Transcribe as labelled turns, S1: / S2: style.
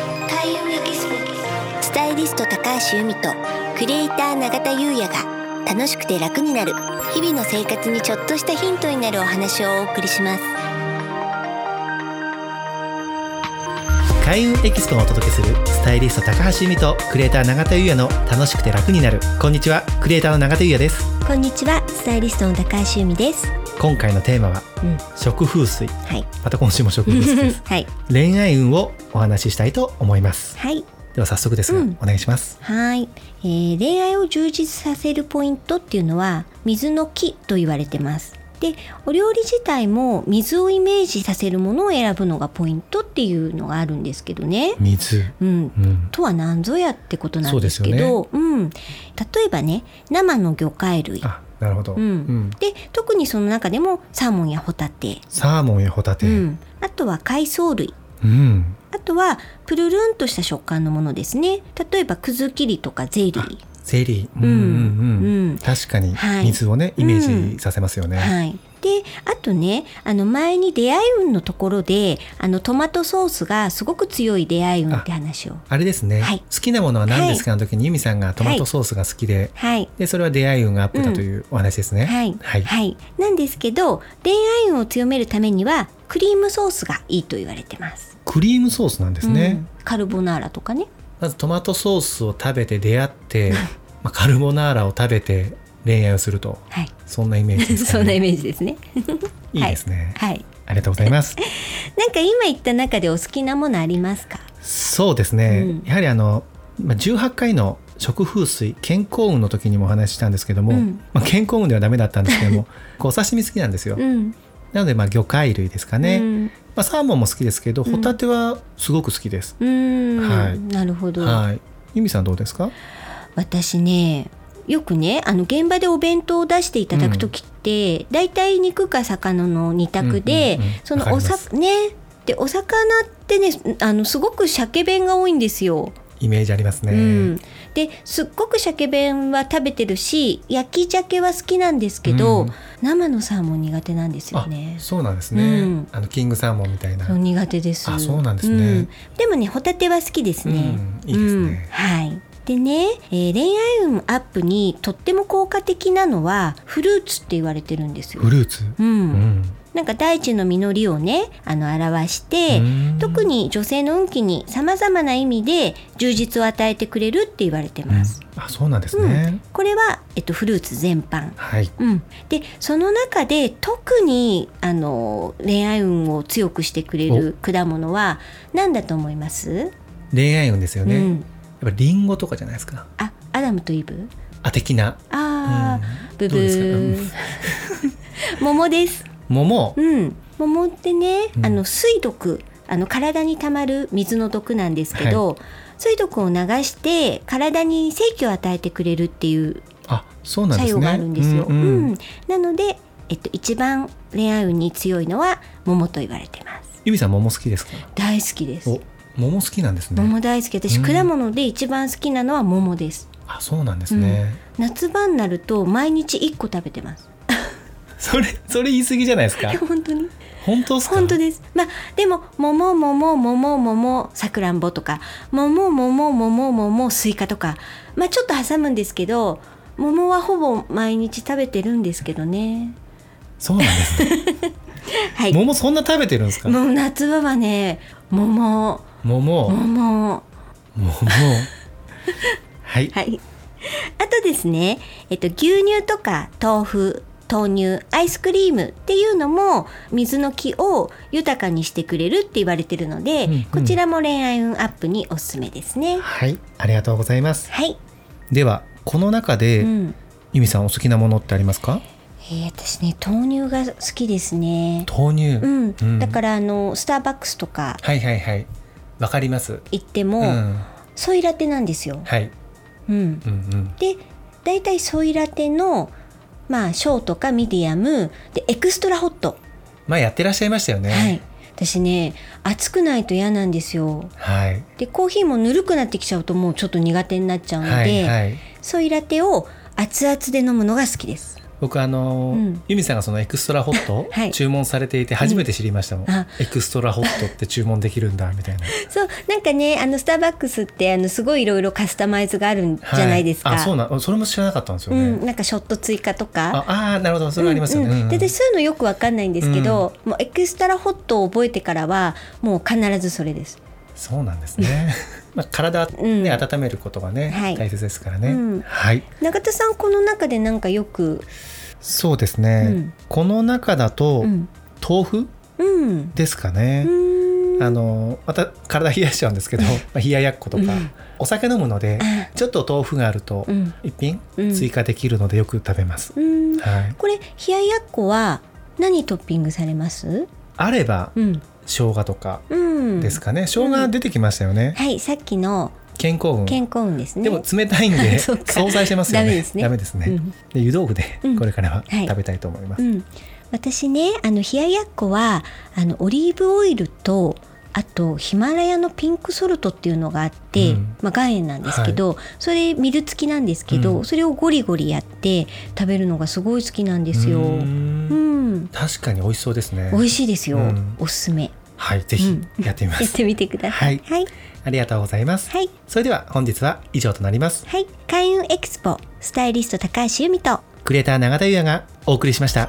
S1: 上キススタイリスト高橋由美とクリエイター永田優也が楽しくて楽になる日々の生活にちょっとしたヒントになるお話をお送りします
S2: 開運エキスポをお届けするスタイリスト高橋由美とクリエイター永田優也の楽しくて楽になるこんにちはクリエイターの永田優也です
S1: こんにちはスタイリストの高橋由美です
S2: 今回のテーマは
S1: うん
S2: 食風水
S1: はい
S2: また今週も食風水です
S1: はい
S2: 恋愛運をお話ししたいと思います
S1: はい
S2: では早速ですが、
S1: うん
S2: お願いします
S1: はい、えー恋愛を充実させるポイントっていうのは水の木と言われてますでお料理自体も水をイメージさせるものを選ぶのがポイントっていうのがあるんですけどね、
S2: 水
S1: うん、
S2: うん、
S1: とは何ぞやってことなんですけ
S2: そ
S1: どうん、例えばね生の魚介類
S2: あなるほど、
S1: うんで特にその中でもサーモンやホタテ、
S2: サーモンやホタテ
S1: う
S2: うん、
S1: ん、あとは海藻類あとはプルルンとした食感のものですね例えばくずきりとかゼリー
S2: ゼリー、
S1: うん
S2: うんうん
S1: うん
S2: 確かに
S1: はい
S2: 水をね、イメージさせますよね、
S1: はい。で、あとね、あの前に出会い運のところで、あのトマトソースがすごく強い出会い運って話を。
S2: あれですね、
S1: はい
S2: 好きなものは何ですかの時に由美さんがトマトソースが好きで、
S1: はい。
S2: でそれは出会い運がアップだというお話ですね、
S1: はい。
S2: はい、
S1: なんですけど、恋愛運を強めるためには、クリームソースがいいと言われてます。
S2: クリームソースなんですね、
S1: うんカルボナーラとかね。
S2: まずトマトソースを食べて出会ってまあカルボナーラを食べて恋愛をすると
S1: はい。
S2: そんなイメージですか
S1: そ
S2: ね
S1: んなイメージですね。
S2: いいですね、
S1: はい。
S2: ありがとうございます
S1: なんか今言った中でお好きなものありますか。
S2: そうですね、
S1: うん
S2: やはりあのまあ18回の食風水健康運の時にもお話ししたんですけども、
S1: うん
S2: まあ、健康運ではダメだったんですけ どもこうお刺身好きなんですよ、
S1: うん。
S2: なのでまあ魚介類ですかね、
S1: うん
S2: まあ、サーモンも好きですけど
S1: うん
S2: ホタテはすごく好きです、
S1: うん。
S2: はい
S1: なるほど。
S2: はい由美さんどうですか
S1: 私ねよくねあの現場でお弁当を出していただく時って、大体肉か魚の二択で、
S2: うんうんうん
S1: その
S2: わか
S1: お
S2: りま
S1: さ
S2: す
S1: ねでお魚ってねあのすごく鮭弁が多いんですよ。
S2: イメージありますね、
S1: うん、ですっごく鮭弁は食べてるし焼き鮭は好きなんですけど、
S2: うん
S1: 生のサーモン苦手なんですよ
S2: あ
S1: ね。
S2: そうなんですね、
S1: うん
S2: あのキングサーモンみたいな
S1: そう苦手です。
S2: あそうなんですね
S1: んでもねホタテは好きですね。
S2: うんいいですね
S1: はい。でね、えー恋愛運アップにとっても効果的なのはフルーツって言われてるんですよ
S2: フ。ルーツ、
S1: うん。
S2: うん
S1: なんか大地の実りをね、あの表して。
S2: うん
S1: 特に女性の運気にさまざまな意味で充実を与えてくれるって言われてます。
S2: うんあそうなんですね、
S1: これは、えっと、フルーツ全般
S2: はい
S1: うん、でその中で特にあの恋愛運を強くしてくれる果物は何だと思います、
S2: 恋愛運ですよね、
S1: う
S2: やっ
S1: ん、
S2: ぱりリンゴとかじゃないですか
S1: あアダムとイブ
S2: あ的な、
S1: あー、ブブ
S2: どうですか
S1: ー 桃です、
S2: 桃
S1: うん、桃ってね、
S2: うん
S1: あの水毒あの体にたまる水の毒なんですけど、水毒を流して体に生気を与えてくれるっていう
S2: あそうなんで
S1: 作
S2: す
S1: 用
S2: ね
S1: があるんですよ。
S2: う
S1: うん
S2: んうん
S1: なので、えっと、一番恋愛運に強いのは桃と言われてます。
S2: 由美さん桃好きですか
S1: 大好きです。
S2: お桃好きなんですね
S1: 桃大好き私、
S2: うん
S1: 果物で一番好きなのは桃です。
S2: あそうなんですね、
S1: 夏場になると毎日一個食べてます。
S2: それそれ言い過ぎじゃないですか
S1: 本当に
S2: 本当ですか
S1: 本当です。まあでも桃桃桃桃さくらんぼとか桃桃桃桃スイカとかまあちょっと挟むんですけど桃はほぼ毎日食べてるんですけどね。
S2: そうなんですね
S1: はい。
S2: 桃そんな食べてるんですか
S1: もう夏場はね桃
S2: 桃桃
S1: 桃
S2: はい
S1: はいあとですね、えっと、牛乳とか豆腐豆乳アイスクリームっていうのも水の気を豊かにしてくれるって言われてるので、
S2: うんうん
S1: こちらも恋愛運アップにおすすめですね
S2: はいありがとうございます
S1: はい、
S2: ではこの中
S1: う
S2: で、
S1: ん
S2: 由美さんお好きなものってありますか
S1: えー私ね豆乳が好きですね
S2: 豆乳、
S1: うん、
S2: うん
S1: だからあのスターバックスとか
S2: はいはいはいわかります
S1: 行って
S2: う
S1: も、
S2: ん
S1: ソイラテなんですよ、
S2: はい
S1: うん、
S2: うんうん
S1: で大体ソイラテのまあショーとかミディアムでエクストラホット、
S2: まあやってらっしゃいましたよ
S1: はい
S2: ね
S1: 私ね熱くないと嫌なんですよ
S2: はいはい
S1: でコーヒーもぬるくなってきちゃうともうちょっと苦手になっちゃうので、
S2: はいはい
S1: ソイラテを熱々で飲むのが好きです
S2: 僕あのー
S1: うん
S2: ユミさんがそのエクストラホット
S1: はい
S2: 注文されていて初めて知りましたもん、
S1: うんあ
S2: エクストラホットって注文できるんだみたいな
S1: そうなんかねあのスターバックスってあのすごいいろいろカスタマイズがあるんじゃないですか、
S2: はいあそうなんそれも知らなかったんですよ
S1: う
S2: ね、
S1: ん、なんかショット追加とか
S2: ああーなるほどそれはありますよね、
S1: うんうん
S2: うん
S1: で私そういうのよくわかんないんですけど、もうエクストラホットを覚えてからはもう必ずそれです。
S2: そうなんで すねまあ体、ね
S1: う
S2: 温めることがね、
S1: はい
S2: 大切ですからね、
S1: うん
S2: はい
S1: 永田さんこの中でなんかよく、
S2: そうですね、
S1: うん
S2: この中だと、
S1: うん、
S2: 豆腐
S1: うん、
S2: ですか
S1: う
S2: ね、
S1: ーん
S2: あのまた体冷やしちゃうんですけどまあ冷ややっことか、
S1: うん
S2: お酒飲むので
S1: あ
S2: ちょっと豆腐があると
S1: うん
S2: 一品
S1: うん
S2: 追加できるのでよく食べます、
S1: うん、
S2: はい、
S1: これ冷ややっこは何トッピングされます？
S2: あれば
S1: うん、
S2: 生姜とか
S1: うん、
S2: ですかね、生姜出てきましたよね、
S1: はい、さっきの
S2: 健康運
S1: 健康運ですね。
S2: でも冷たいんで
S1: そっか
S2: 相殺してますよね
S1: ダメですねうん
S2: で湯豆腐で
S1: うん
S2: これからは
S1: はい
S2: 食べたいと思います、
S1: うん、私ねあの冷ややっこはあのオリーブオイルとあとヒマラヤのピンクソルトっていうのがあって、
S2: うん
S1: まあ、岩塩なんですけど、それミル付きなんですけど、
S2: うん
S1: それをゴリゴリやって食べるのがすごい好きなんですよ。
S2: う
S1: う
S2: ー
S1: ん、
S2: ん確かに美味しそうですね
S1: 美味しいですよ、
S2: うん
S1: おすすめ。
S2: はいぜひやってみま
S1: やっ
S2: す、
S1: てみてください。はい、
S2: ありがとうございます
S1: はい、
S2: それでは本日は以上となります
S1: はい、開運エクスポスタイリスト高橋由美と
S2: クリエイター永田優也がお送りしました